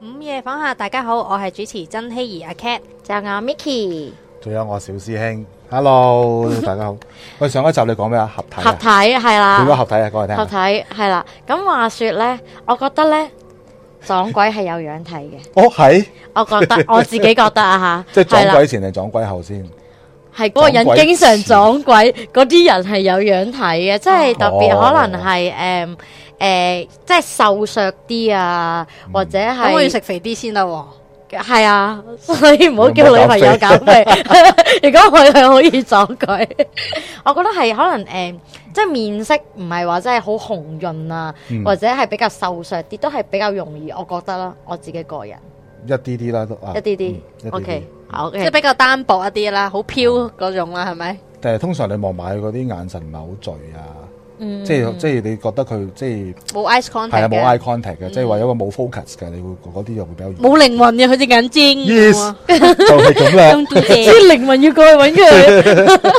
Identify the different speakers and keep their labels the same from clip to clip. Speaker 1: 午夜訪客，大家好，我係主持曾希怡阿 Cat。
Speaker 2: 就我 Mickey
Speaker 3: 仲有我小師兄，Hello，大家好。喂，上一集你講咩啊？合體
Speaker 2: 合
Speaker 3: 啊？
Speaker 2: 體係
Speaker 3: 點解
Speaker 2: 啦，
Speaker 3: 合體啊？講嚟聽
Speaker 2: 合體
Speaker 3: 下。
Speaker 2: 係啦。咁話說咧，我覺得咧，撞鬼係有樣睇嘅。
Speaker 3: 哦，係，
Speaker 2: 我覺 得我自己覺得啊吓，
Speaker 3: 即係
Speaker 2: 係
Speaker 3: 撞
Speaker 2: 啦
Speaker 3: 鬼，前定撞鬼後先？
Speaker 2: 係嗰個人經常撞鬼，嗰啲人係有樣睇嘅，即係特別
Speaker 3: 哦
Speaker 2: 可能係誒誒，即係瘦削啲啊，或者
Speaker 1: 咁我要食
Speaker 2: 係
Speaker 1: 肥啲先啦喎，
Speaker 2: 係 啊，所以唔好叫女朋友減肥。 如果佢係可以撞鬼，我覺得係可能誒、即係面色唔係話真係好紅潤啊。
Speaker 3: 嗯
Speaker 2: 或者係比較瘦削啲，都係比較容易，我覺得啦，我自己個人
Speaker 3: 一啲啲啦，都啊
Speaker 2: 一啲啲
Speaker 3: 嗯一啲啲
Speaker 2: OK，好
Speaker 1: 即係
Speaker 2: OK，
Speaker 1: 比較單薄一啲啦，好飄嗰種啦，係咪？
Speaker 3: 但係通常你望埋佢嗰啲眼神唔係好聚啊，
Speaker 2: 嗯
Speaker 3: 即係即係你覺得佢即係
Speaker 1: 冇 eyes
Speaker 3: 係
Speaker 1: contact
Speaker 3: 啊冇
Speaker 1: 嘅
Speaker 3: eye contact
Speaker 2: 嗯
Speaker 3: 嘅，即係話有個冇 focus 嘅，你會嗰啲就會比較
Speaker 2: 啊
Speaker 3: 遠。
Speaker 1: 冇靈 魂嘅，佢隻眼睛。
Speaker 3: Yes，就係咁啦。
Speaker 1: Don't do that
Speaker 2: 啲靈魂要過去揾佢。OK，唔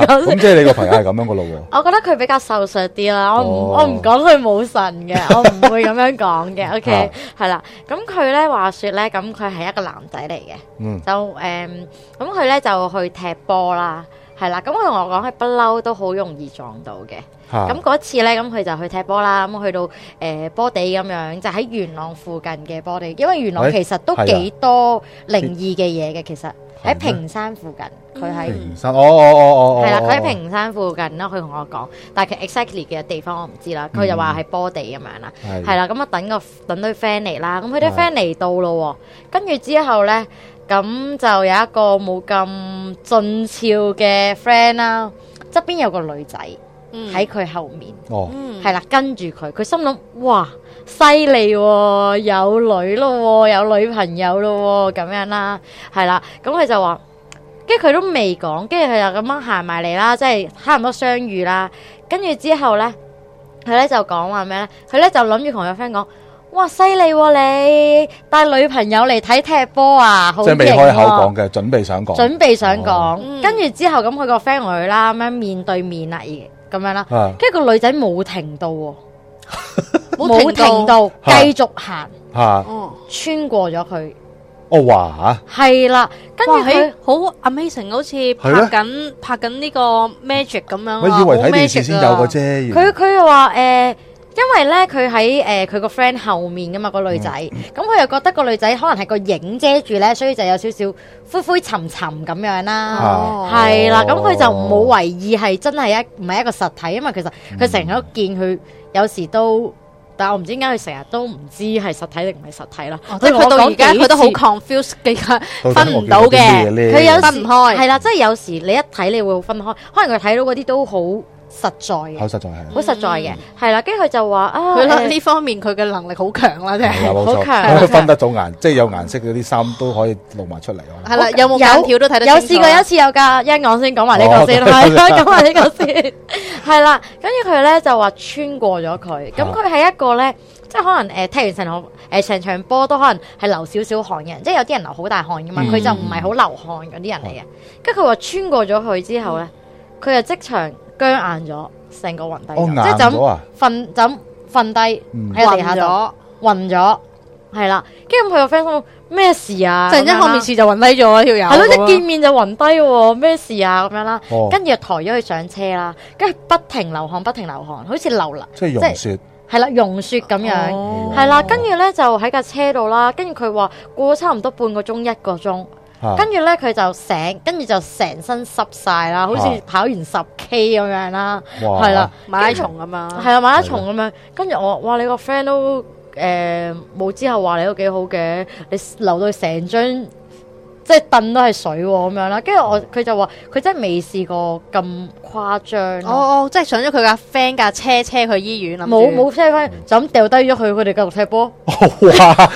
Speaker 3: 啊
Speaker 2: 講
Speaker 3: 咁
Speaker 2: 先。
Speaker 3: 即係你個朋友係咁樣噶咯喎。
Speaker 2: 我覺得佢比較瘦削啲啦，我唔、
Speaker 3: 哦
Speaker 2: 我唔講佢冇神 嘅，我唔會咁樣講嘅。OK，係
Speaker 3: 啊
Speaker 2: 啦，咁佢咧話說咧，咁佢係一個男仔嚟嘅。
Speaker 3: 嗯，
Speaker 2: 就誒，咁佢咧就去踢波啦，係啦。咁佢同我講，佢不嬲都好容易撞到嘅。
Speaker 3: 嚇
Speaker 2: 咁嗰次咧，咁佢就去踢波啦，咁去到誒、呃波地咁樣，就喺元朗附近嘅波地，因為元朗
Speaker 3: 喂啊
Speaker 2: 其實都幾多靈異嘅嘢嘅，其實
Speaker 3: 咩
Speaker 2: 喺屏山附近，佢喺
Speaker 3: 平山，哦哦哦哦哦，
Speaker 2: 係啦，佢喺
Speaker 3: 哦
Speaker 2: 屏山附近啦，佢同我講，但係佢 exactly 嘅地方我唔知啦，佢
Speaker 3: 嗯
Speaker 2: 就話係波地咁樣啦，
Speaker 3: 係
Speaker 2: 係啦，咁啊等個等對 friend 嚟啦，咁佢啲 friend 嚟到咯喎，跟住之後咧，咁就有一個冇咁俊俏嘅 friend 啦，側邊有個女仔
Speaker 1: 嗯
Speaker 2: 喺佢後面。
Speaker 3: 哦，
Speaker 1: 嗯
Speaker 2: 係啦，跟住佢，佢心諗哇，犀利喎，有女咯喎，有女朋友咯喎，咁樣啦，係啦，咁佢就話，跟住佢都未講，跟住佢就咁樣行埋嚟啦，即係差唔多相遇啦，跟住之後咧，佢咧就講話咩咧？佢咧就諗住同佢 friend 講。哇，犀利喎你！帶女朋友嚟睇踢波啊，好
Speaker 3: 即係未
Speaker 2: 型
Speaker 3: 開口
Speaker 2: 喎
Speaker 3: 講嘅，準備想講。
Speaker 2: 準備想
Speaker 3: 哦
Speaker 2: 講，跟住之後咁佢個 friend 佢啦，咁樣面對面啦，而咁樣啦
Speaker 3: 啊，
Speaker 2: 跟住個女仔冇停 到喎，
Speaker 1: 冇
Speaker 2: 冇
Speaker 1: 停到。
Speaker 2: 停到，
Speaker 3: 嚇
Speaker 2: 繼續行，
Speaker 3: 嚇
Speaker 1: 哦，
Speaker 2: 穿過咗佢，
Speaker 3: 啊哦哇
Speaker 2: 係啦，跟
Speaker 1: 跟住
Speaker 2: 住佢
Speaker 1: 佢。好 amazing，好似拍
Speaker 3: 係
Speaker 1: 緊拍緊呢個 magic 咁樣啊
Speaker 3: 我以為
Speaker 1: 好
Speaker 3: 睇電視
Speaker 1: magic
Speaker 3: 先有
Speaker 1: 啊
Speaker 3: 嘅啫，原來
Speaker 2: 佢佢又話誒，因為咧佢喺誒佢個 friend 後面噶嘛個女仔，
Speaker 1: 嗯
Speaker 2: 咁佢又覺得個女仔可能係個影遮住咧，所以就有少少灰灰沉沉咁樣啦。
Speaker 3: 啊
Speaker 2: 哦係啦，咁佢就唔好為意係真係一唔係一個實體，因為其實
Speaker 1: 嗯
Speaker 2: 佢成日都見佢有時都，但我唔知點解佢成日都唔知係實體定唔係實體啦。
Speaker 1: 哦即係佢到而家佢都好
Speaker 2: 抗，
Speaker 1: confused 嘅，
Speaker 3: 到底
Speaker 1: 分
Speaker 3: 我
Speaker 1: 唔
Speaker 3: 見
Speaker 1: 到
Speaker 3: 啲咩
Speaker 1: 嘅，
Speaker 3: 咧
Speaker 2: 佢有
Speaker 1: 分
Speaker 2: 時
Speaker 1: 唔開
Speaker 2: 係啦，即係有時你一睇你會好分開，可能佢睇到嗰啲都好實在嘅
Speaker 3: 好，實在係
Speaker 2: 好實在嘅，係啦。跟住佢就話啊，
Speaker 1: 佢
Speaker 2: 誒
Speaker 1: 呢方面佢嘅能力好強啦，真係。
Speaker 3: 係啊，冇
Speaker 2: 好
Speaker 3: 錯，
Speaker 2: 強
Speaker 3: 因為
Speaker 2: 好
Speaker 3: 佢分得到顏，即係有顏色嗰啲衫都可以露埋出嚟。啊可能
Speaker 1: 係啦，有冇間條都睇得
Speaker 2: 有
Speaker 1: 清
Speaker 2: 試
Speaker 1: 楚
Speaker 2: 過有一次有㗎，一講先講埋呢
Speaker 3: 哦
Speaker 2: 個先，係啦，講埋呢個先，係啦。跟住佢咧就話穿過咗
Speaker 3: 哦
Speaker 2: 佢，咁佢係一個咧，即係可能誒、呃踢完成場誒成場波都可能係流少少汗嘅人，即係有啲人流好大汗噶嘛，
Speaker 3: 嗯哦
Speaker 2: 佢、就唔係好流汗嗰啲人嚟嘅。跟住佢話穿過咗佢之後咧，佢就即場僵硬咗，成個暈低
Speaker 3: 哦
Speaker 2: 咗，
Speaker 3: 硬
Speaker 2: 即係就
Speaker 3: 咗
Speaker 2: 咁
Speaker 3: 啊，
Speaker 2: 瞓就咁瞓低
Speaker 3: 嗯
Speaker 2: 喺地下
Speaker 1: 暈
Speaker 2: 度
Speaker 1: 咗，
Speaker 2: 暈咗，係啦。跟住佢個 friend 心諗咩事啊？
Speaker 1: 突然間
Speaker 2: 咁樣啦
Speaker 1: 看電視就暈低咗啦，條友。
Speaker 2: 係咯，一見面就暈低喎，咩事啊咁樣啦，
Speaker 3: 哦
Speaker 2: 跟住就抬咗佢上車啦，跟住不停流汗，不停流汗，好似流啦，
Speaker 3: 即係
Speaker 2: 即
Speaker 3: 融
Speaker 2: 係
Speaker 3: 雪
Speaker 2: 係啦，融雪咁樣，
Speaker 1: 哦
Speaker 2: 係啦，跟住咧就喺架車度啦，跟住佢話過咗差唔多半個鐘一個鐘，
Speaker 3: 嚇，
Speaker 2: 跟住咧佢就醒，跟住就成身濕晒啦，好似
Speaker 3: 啊
Speaker 2: 跑完十 K 咁樣啦，
Speaker 3: 哇
Speaker 2: 係啦，
Speaker 1: 馬拉松咁啊嘛，
Speaker 2: 係啦，啊馬拉
Speaker 3: 啊
Speaker 2: 松咁樣，跟住我話哇，你個 friend 都誒冇之後話你都幾好嘅，你流到成張即係燉都係水喎咁樣啦。跟住我佢就話佢真係未試過咁誇張咯。
Speaker 1: 哦哦，即係上咗佢架 friend 架車車去醫院啦。
Speaker 2: 冇冇車翻，就咁掉低咗佢，佢哋繼續踢波。
Speaker 3: 哦哇！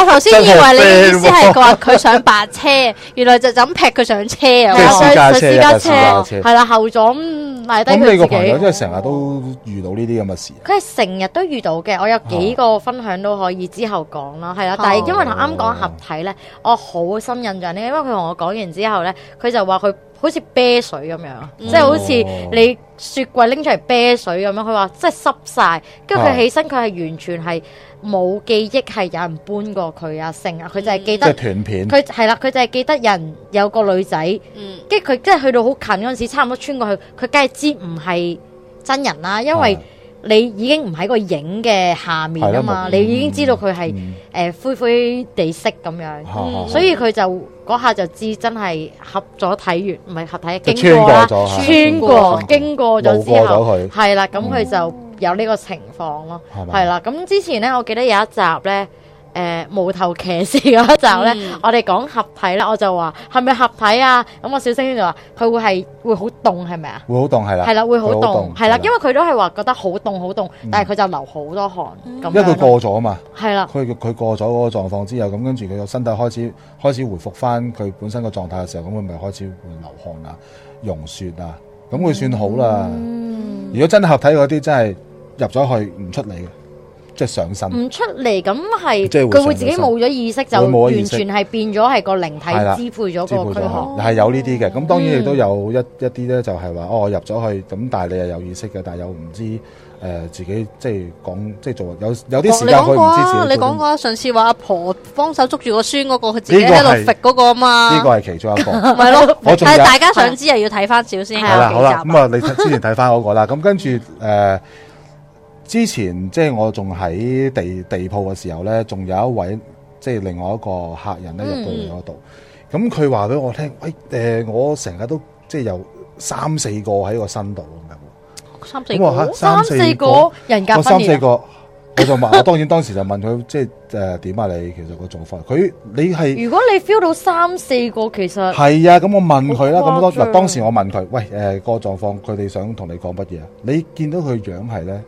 Speaker 1: 我頭先以為你嘅意思
Speaker 3: 真
Speaker 1: 係
Speaker 3: 係 friend 喎
Speaker 1: 話佢上白車，原來就就咁劈佢上車
Speaker 3: 即係
Speaker 1: 啊！
Speaker 3: 私
Speaker 2: 上
Speaker 3: 家
Speaker 2: 上
Speaker 3: 車
Speaker 2: 私家
Speaker 3: 有架私家
Speaker 2: 車
Speaker 3: 車
Speaker 2: 係啦，後座咁賴低
Speaker 3: 咁
Speaker 2: 佢
Speaker 3: 你個
Speaker 2: 自
Speaker 3: 朋友
Speaker 2: 己。
Speaker 3: 真係成日都遇到呢啲咁嘅事，啊
Speaker 2: 佢係成日都遇到嘅，我有幾
Speaker 3: 哦
Speaker 2: 個分享都可以之後講啦，係啦。但係因為頭啱講合體咧，我好深印象呢，因為佢同我講完之後咧，佢就話佢好似啤水咁樣，
Speaker 3: 哦
Speaker 2: 即係好似你雪櫃拎出嚟啤水咁樣。佢話即係濕晒，跟住佢
Speaker 3: 哦
Speaker 2: 起身，佢係完全係冇記憶係有人搬過佢啊，成啊，佢就係記
Speaker 3: 嗯即
Speaker 2: 得
Speaker 3: 係斷片。
Speaker 2: 佢係啦，佢就係記得人有個女仔。
Speaker 1: 嗯，
Speaker 2: 跟住佢即係去到好近嗰陣時，差唔多穿過去，佢梗係知唔係真人啦，因為
Speaker 3: 啊
Speaker 2: 你已經唔喺個影嘅下面啊嘛，
Speaker 3: 係啦冇
Speaker 2: 你已經知道佢係
Speaker 3: 嗯
Speaker 2: 誒灰灰地色咁樣，
Speaker 3: 嗯
Speaker 2: 所以佢就嗰下就知真係合咗睇完，唔係合體
Speaker 3: 就
Speaker 2: 經過啦，
Speaker 3: 穿過咗
Speaker 1: 係
Speaker 2: 穿過經過咗之
Speaker 3: 路
Speaker 2: 後
Speaker 3: 過咗佢，
Speaker 2: 係啦，咁佢就有呢個情況咯，
Speaker 3: 係咪
Speaker 2: 係啦，咁之前咧，我記得有一集咧。誒、無頭騎士嗰一集咧，
Speaker 1: 嗯
Speaker 2: 我哋講合體啦，我就話係咪合體啊？咁我小星星就話佢會係會好凍係咪啊？
Speaker 3: 會好凍啊係啦，
Speaker 2: 係啦，會好
Speaker 3: 會
Speaker 2: 凍係啦，因為
Speaker 3: 為
Speaker 2: 佢都係話覺得好凍好凍，但係佢就流好多汗咁
Speaker 3: 因為
Speaker 2: 樣
Speaker 3: 佢
Speaker 2: 咯。
Speaker 3: 過咗啊嘛，
Speaker 2: 係啦，
Speaker 3: 佢佢過咗嗰個狀況之後，咁跟住佢個身體開始開始回復翻佢本身個狀態嘅時候，咁佢咪開始會流汗啊、溶雪啊，咁佢算好啦。
Speaker 2: 嗯，
Speaker 3: 如果真係合體嗰啲，真係入咗去唔出嚟嘅，即係上
Speaker 1: 嗯
Speaker 3: 身。
Speaker 2: 唔出嚟咁係
Speaker 3: 即係會
Speaker 2: 佢會
Speaker 3: 上
Speaker 2: 自己
Speaker 3: 身
Speaker 2: 冇咗意識，就
Speaker 3: 會冇咗
Speaker 2: 完
Speaker 3: 意識
Speaker 2: 全係變咗係個靈
Speaker 3: 係啦
Speaker 2: 體支配咗
Speaker 3: 支配
Speaker 2: 個
Speaker 3: 咗
Speaker 2: 軀殼。
Speaker 3: 佢，係有呢
Speaker 1: 嗯
Speaker 3: 啲嘅。咁當然亦都有一一啲咧，就係話哦入咗去，咁但係你又有意識嘅，但係又唔知誒、呃自己即係講即係做有有
Speaker 1: 你
Speaker 3: 啲時間
Speaker 1: 講
Speaker 3: 佢
Speaker 1: 過
Speaker 3: 唔知自己
Speaker 1: 啊，
Speaker 3: 做
Speaker 1: 你
Speaker 3: 啲
Speaker 1: 講過啊，上次話阿婆幫手捉住個孫嗰個，佢自己
Speaker 3: 呢個
Speaker 1: 喺度
Speaker 3: 係
Speaker 1: 揈嗰個啊嘛
Speaker 3: 呢，個係其中一個。係
Speaker 1: 咪咯？
Speaker 3: 我仲
Speaker 1: 但係
Speaker 3: 有
Speaker 1: 大家想知又要睇翻少先，
Speaker 2: 係
Speaker 3: 啦，
Speaker 1: 有
Speaker 3: 好啦，
Speaker 1: 幾集
Speaker 3: 咁啊，你睇之前睇翻嗰個啦，咁跟住誒。呃之前即係我仲喺地地鋪嘅時候咧，仲有一位即係另外一個客人咧入到嚟嗰度，咁佢話俾我聽，喂、誒、我成日都即係有三四個喺個身度咁樣。
Speaker 1: 三四
Speaker 3: 咁我
Speaker 1: 個
Speaker 3: 嚇。
Speaker 2: 三四個人格分
Speaker 3: 我三四
Speaker 2: 裂啊。
Speaker 3: 個，我就問，我當然當時就問佢，即係誒點啊你？其實個做法，佢你係
Speaker 2: 如果你 feel 到三四個，其實
Speaker 3: 係啊，咁我問佢啦，
Speaker 2: 好
Speaker 3: 咁
Speaker 2: 誇張
Speaker 3: 當嗱當時我問佢，喂誒、個狀況，佢哋想同你講乜嘢啊？你見到佢樣係咧，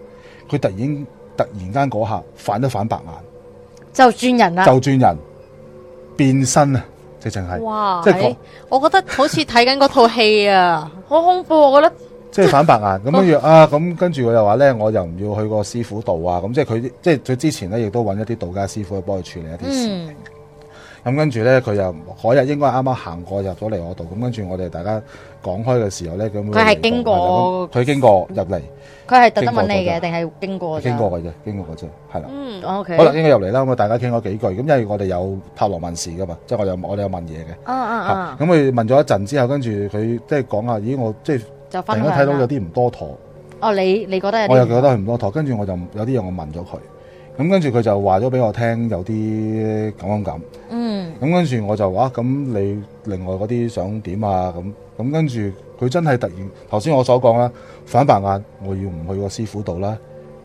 Speaker 3: 佢突然突然間嗰下反都反白眼，
Speaker 2: 就轉人啦。
Speaker 3: 就轉人變身啊，直情係，
Speaker 1: 哇！
Speaker 3: 即係講
Speaker 1: 我覺得好似睇緊嗰套 戲啊，
Speaker 2: 好恐怖，我覺得
Speaker 3: 即係反白眼咁樣樣啊，咁跟住佢又話咧，我又唔要去個師傅度啊，咁即係佢即係佢之前咧，亦都揾一啲道家師傅去幫佢處理一啲事。
Speaker 2: 嗯
Speaker 3: 咁跟住咧，佢又嗰日應該啱啱行過入咗嚟我度，咁跟住我哋大家講開嘅時候咧，咁
Speaker 2: 佢係經過
Speaker 3: 佢經過入嚟，
Speaker 2: 佢係特登揾你嘅，
Speaker 3: 經過咗
Speaker 2: 定係經過？
Speaker 3: 經過。嘅啫，經過嘅啫，係啦。
Speaker 1: 嗯，
Speaker 2: O K。
Speaker 3: 好啦，應該入嚟啦，咁啊大家傾咗幾句，咁因為我哋有拍羅問事噶嘛，即係我哋有我哋有問嘢嘅，
Speaker 2: 啊啊
Speaker 3: 嚇
Speaker 2: 啊！
Speaker 3: 咁佢問咗一陣之後，跟住佢即係講下，咦我即係
Speaker 2: 就
Speaker 3: 突
Speaker 2: 分
Speaker 3: 然
Speaker 2: 享
Speaker 3: 間睇到有
Speaker 2: 啦。
Speaker 3: 啲唔多妥，
Speaker 2: 哦，你你覺得有啲？
Speaker 3: 我又覺得佢唔多妥，跟住我就有啲嘢我問咗佢，咁跟住佢就話咗俾我聽有啲咁咁咁。
Speaker 2: 嗯
Speaker 3: 咁跟住我就話：啊咁、你另外嗰啲想點啊？咁咁跟住佢真係突然頭先我所講啦，反白眼，我要唔去個師傅度啦。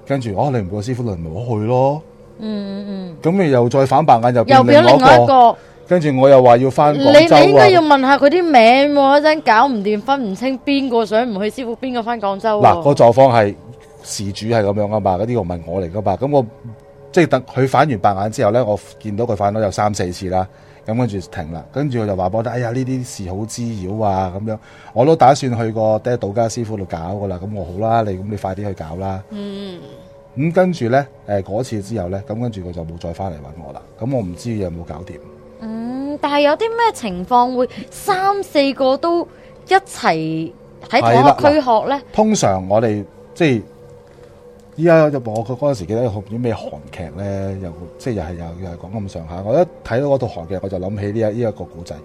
Speaker 3: 跟住哦，你唔去個師傅度，咪我去咯。
Speaker 2: 嗯嗯
Speaker 3: 咁你又再反白眼，又
Speaker 2: 嗯，又
Speaker 3: 變
Speaker 2: 變
Speaker 3: 另
Speaker 2: 咗另
Speaker 3: 外一
Speaker 2: 外一
Speaker 3: 個。
Speaker 2: 個。
Speaker 3: 跟住我又話要翻
Speaker 2: 你
Speaker 3: 廣
Speaker 2: 你
Speaker 3: 州
Speaker 2: 應該要
Speaker 3: 啊。
Speaker 2: 問下佢啲名喎，一陣搞唔掂，分唔清邊個想唔去師傅，邊個翻廣州喎。
Speaker 3: 嗱，個狀況係事主係咁樣噶嘛，嗰啲個唔係我嚟噶嘛。咁我即係等佢反完白眼之後咧，我見到佢反咗有三四次啦。咁跟住停啦，跟住我就話俾我聽，哎呀呢啲事好滋擾啊咁樣，我都打算去個爹道家師傅度搞噶啦。咁我好啦，你咁你快啲去搞啦。
Speaker 1: 嗯，
Speaker 3: 咁跟住咧，誒嗰次之後咧，咁跟住佢就冇再翻嚟揾我啦。咁我唔知有冇搞掂。
Speaker 2: 嗯，但係有啲咩情況會三四個都一齊喺同一
Speaker 3: 係啦
Speaker 2: 個區學咧？
Speaker 3: 通常我哋即係依家入我嗰陣時記得有套唔知咩韓劇咧，又即係又係又又係講咁上下。我一睇到嗰套韓劇，我就諗起呢一呢一個故仔。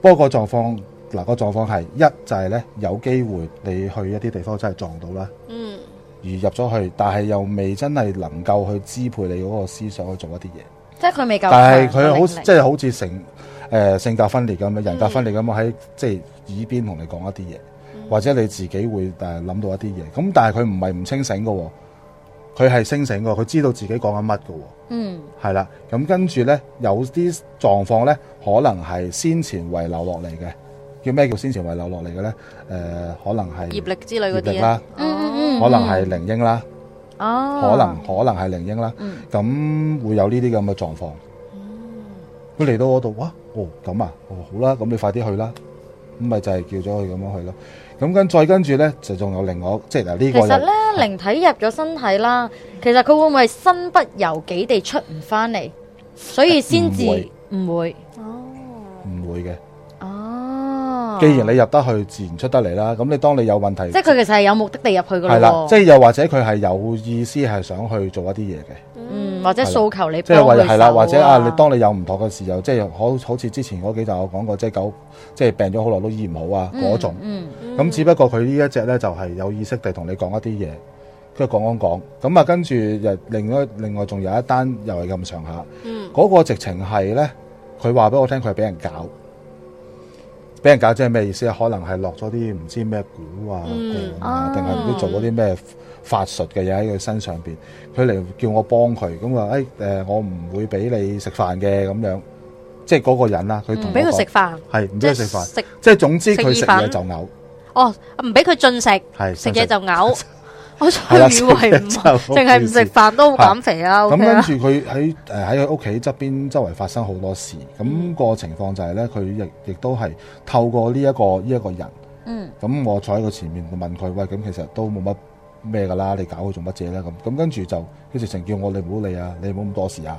Speaker 3: 不過個狀況嗱、個狀況係一就係咧有機會你去一啲地方真係撞到啦，
Speaker 1: 嗯，
Speaker 3: 而入咗去，但係又未真係能夠去支配你嗰個思想去做一啲嘢。
Speaker 2: 即係佢未夠強
Speaker 3: 但係佢好
Speaker 2: 個靈力嗯
Speaker 3: 即係好似成誒、呃性格分裂咁樣，人格分裂咁樣喺即係耳邊同你講一
Speaker 2: 嗯
Speaker 3: 呃啲嘢，或者你自己會誒諗到一啲嘢。咁但係佢唔係唔清醒嘅喎，佢係清醒嘅喎，佢知道自己講緊乜嘅喎。
Speaker 2: 嗯
Speaker 3: 係啦，咁跟住呢，有啲狀況呢，可能係先前遺留落嚟嘅。叫咩叫先前遺留落嚟嘅呢？誒、可能係
Speaker 4: 業力之類嗰
Speaker 3: 業力
Speaker 4: 啲啊
Speaker 3: 啦，，
Speaker 2: 嗯嗯嗯，
Speaker 3: 可能係靈嬰啦，
Speaker 2: 哦，
Speaker 3: 可能可能係靈嬰啦。
Speaker 2: 嗯
Speaker 3: 咁、會有呢啲咁嘅狀況。佢嚟到我度，哇！哦，咁啊，哦好啦，咁你快啲去啦。咁咪就係叫咗佢咁樣去咯。咁跟再跟住呢，就仲有另外即係嗱呢
Speaker 2: 其
Speaker 3: 個
Speaker 2: 實
Speaker 3: 又
Speaker 2: 咧，靈體入咗身體啦，其實佢會唔會係身不由己地出唔翻嚟，所以先至
Speaker 3: 唔會
Speaker 2: 唔會
Speaker 3: 唔會嘅。
Speaker 2: 哦。
Speaker 3: 既然你入得去，自然出得嚟啦。咁你當你有問題，
Speaker 2: 即係佢其實係有目的地入去噶
Speaker 3: 係啦，
Speaker 2: 咯
Speaker 3: 即係又或者佢係有意思係想去做一啲嘢嘅，
Speaker 2: 嗯，或者
Speaker 3: 係啦
Speaker 2: 訴求你
Speaker 3: 即係
Speaker 2: 幫
Speaker 3: 或
Speaker 2: 佢
Speaker 3: 係啦，
Speaker 2: 手
Speaker 3: 或者啊，你當你有唔妥嘅時候，即係好好似之前嗰幾集我講過，即係狗即係病咗好耐都醫唔好啊
Speaker 2: 嗯
Speaker 3: 嗰種。
Speaker 2: 嗯
Speaker 3: 咁只不過佢呢一隻咧就係有意識地同你講一啲嘢，跟住講講講，咁啊跟住又另外另外仲有一單又係咁上下，
Speaker 4: 嗯
Speaker 3: 嗰個直情係咧，佢話俾我聽佢係俾人搞。俾人搞即係咩意思啊？可能係落咗啲唔知咩股啊、
Speaker 4: 嗯
Speaker 3: 降啊，定係唔
Speaker 2: 啊
Speaker 3: 知做咗啲咩法術嘅嘢喺佢身上邊。佢嚟叫我幫佢，咁話誒誒，我唔會俾你食飯嘅咁樣，即係嗰個人啦。佢同
Speaker 1: 唔俾
Speaker 3: 我
Speaker 1: 佢
Speaker 3: 講
Speaker 1: 食飯，
Speaker 3: 係唔
Speaker 1: 即
Speaker 3: 俾
Speaker 1: 係
Speaker 3: 佢食飯，
Speaker 1: 食
Speaker 3: 即係總之佢
Speaker 1: 食
Speaker 3: 食
Speaker 1: 意粉
Speaker 3: 嘢就嘔，
Speaker 1: 哦，唔俾佢進食，
Speaker 3: 係
Speaker 1: 食嘢就 嘔。
Speaker 2: 我
Speaker 3: 係啦
Speaker 2: 仲以為唔
Speaker 3: 食嘢就
Speaker 2: 淨係唔食飯都減肥啊
Speaker 3: 咁
Speaker 2: ，OK
Speaker 3: 跟
Speaker 2: 啦，
Speaker 3: 住佢喺誒喺佢屋企側邊周圍發生好多事，
Speaker 1: 嗯
Speaker 3: 咁個情況就係咧，佢亦亦都係透過呢一個呢一個人，
Speaker 2: 嗯
Speaker 3: 咁我坐喺佢前面就問佢，喂，咁其實都冇乜咩㗎啦，你搞佢做乜嘢咧？咁咁跟住就佢直情叫我你唔好理啊，你唔好咁多事啊，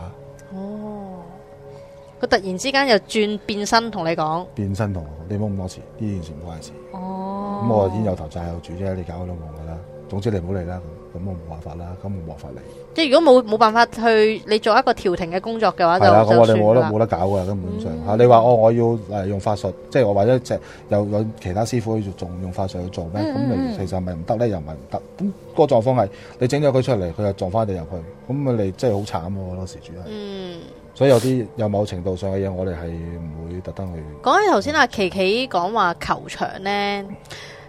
Speaker 1: 佢突然之間又轉變身同你講，
Speaker 3: 變身同我你唔好咁多事，呢件事唔關事。
Speaker 2: 哦，
Speaker 3: 咁我話已經有頭債有主啫，你搞我都冇㗎啦。總之你唔好理啦，咁咁我冇辦法啦，咁我冇辦法理。
Speaker 1: 即係如果冇冇辦法去你做一個調停嘅工作嘅話，就
Speaker 3: 係啦，啊咁
Speaker 1: 就
Speaker 3: 我哋冇
Speaker 1: 算
Speaker 3: 得
Speaker 1: 啦。嗯
Speaker 3: 冇得搞㗎，根本上嚇、你話哦，我要誒用法術，即係我或者隻有有其他師傅去做仲用法術去做咩？咁
Speaker 2: 嗯嗯
Speaker 3: 你其實係咪唔得咧？又唔係唔得。咁、個狀況係你整咗佢出嚟，佢又撞翻你入去，咁你真係好慘喎！嗰個事主係，
Speaker 1: 嗯，
Speaker 3: 所以有啲有某程度上嘅嘢，我哋係唔會特登去。
Speaker 1: 講起頭先阿琪琪講話球場呢，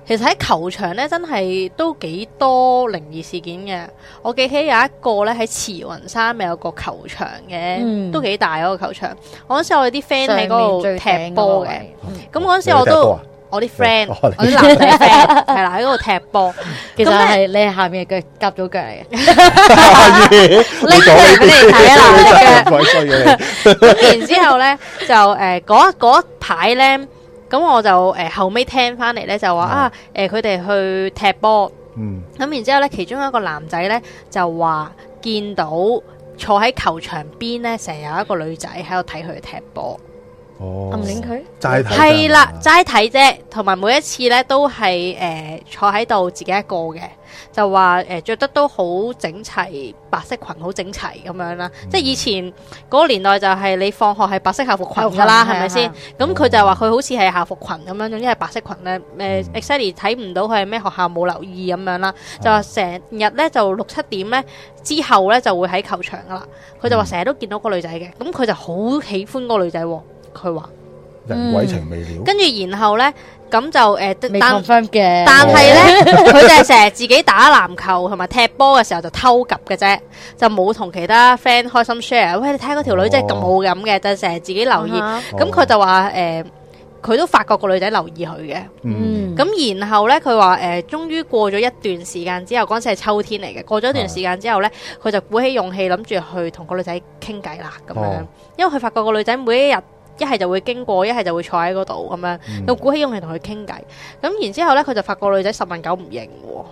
Speaker 1: 其實喺球場呢，真係都幾多靈異事件嘅。我記起有一個呢，喺慈雲山咪有個球場嘅，
Speaker 2: 嗯
Speaker 1: 都幾大嗰、個球場。我嗰時我哋啲 friend 喺嗰度踢波嘅，咁嗰陣時
Speaker 3: 你有
Speaker 1: 我
Speaker 3: 踢波
Speaker 1: 都
Speaker 3: 啊
Speaker 1: 我啲 friend，
Speaker 3: 哦
Speaker 1: 我
Speaker 3: 你
Speaker 1: 啲男 仔 friend 係啦，喺嗰度踢波。
Speaker 2: 其實
Speaker 1: 咁
Speaker 2: 係你係下面嘅腳夾到腳嚟嘅，
Speaker 1: 啊
Speaker 3: 你
Speaker 2: 拎出嚟俾你睇啊嗱，
Speaker 3: 真係鬼衰嘅你，
Speaker 1: 咁然之後咧就誒嗰嗰一排咧，咁我就誒、呃、後尾聽翻嚟咧就話
Speaker 3: 嗯
Speaker 1: 啊誒佢哋去踢波，
Speaker 3: 嗯，
Speaker 1: 咁然之後咧其中一個男仔咧就話見到坐喺球場邊咧成日有一個女仔喺度睇佢踢波，
Speaker 3: 哦，
Speaker 2: 暗戀佢，
Speaker 3: 齋睇
Speaker 1: 係啦
Speaker 3: 真係
Speaker 1: 齋睇啫，同埋每一次咧都係誒、呃坐喺度自己一個嘅，就話誒著得都好整齊，白色裙好整齊咁樣啦，即係以前嗰個年代就係你放學係白色校服裙㗎啦，哦係啊咪先？？咁佢就話佢好似係校服裙咁樣，總之係白色裙咧。誒 e x c t l y 睇唔到佢係咩學校，冇留意咁樣啦。就話成日咧就六七點咧之後咧就會喺球場噶啦。佢就話成日都見到個女仔嘅，咁佢就好喜歡個女仔喎。佢話，
Speaker 3: 人
Speaker 1: 嗯
Speaker 3: 鬼情未了，
Speaker 1: 跟住然後咧咁就誒、呃
Speaker 2: 未
Speaker 1: 但
Speaker 2: confirm 嘅，
Speaker 1: 但係咧， 佢就係成日自己打籃球同埋踢波嘅時候就偷及嘅啫，就冇同其他 friend 開心 share。喂，你睇嗰條女真係咁好咁嘅，就成日自己留意。
Speaker 2: 啊哈
Speaker 1: 咁
Speaker 3: 哦
Speaker 1: 佢就話誒，呃佢、都發覺個女仔留意佢嘅。
Speaker 3: 嗯，
Speaker 2: 嗯
Speaker 1: 咁然後呢，佢話誒，終於過咗一段時間之後，嗰陣時係秋天嚟嘅。過咗一
Speaker 2: 啊
Speaker 1: 段時間之後呢，佢就鼓起勇氣諗住去同個女仔傾偈啦，咁樣。
Speaker 3: 哦
Speaker 1: 因為佢發覺個女仔每一日一係就會經過，一係就會坐喺嗰度咁樣，
Speaker 3: 嗯
Speaker 1: 又鼓起勇氣同佢傾偈。咁然之後呢，佢就發覺個女仔十問九唔認喎。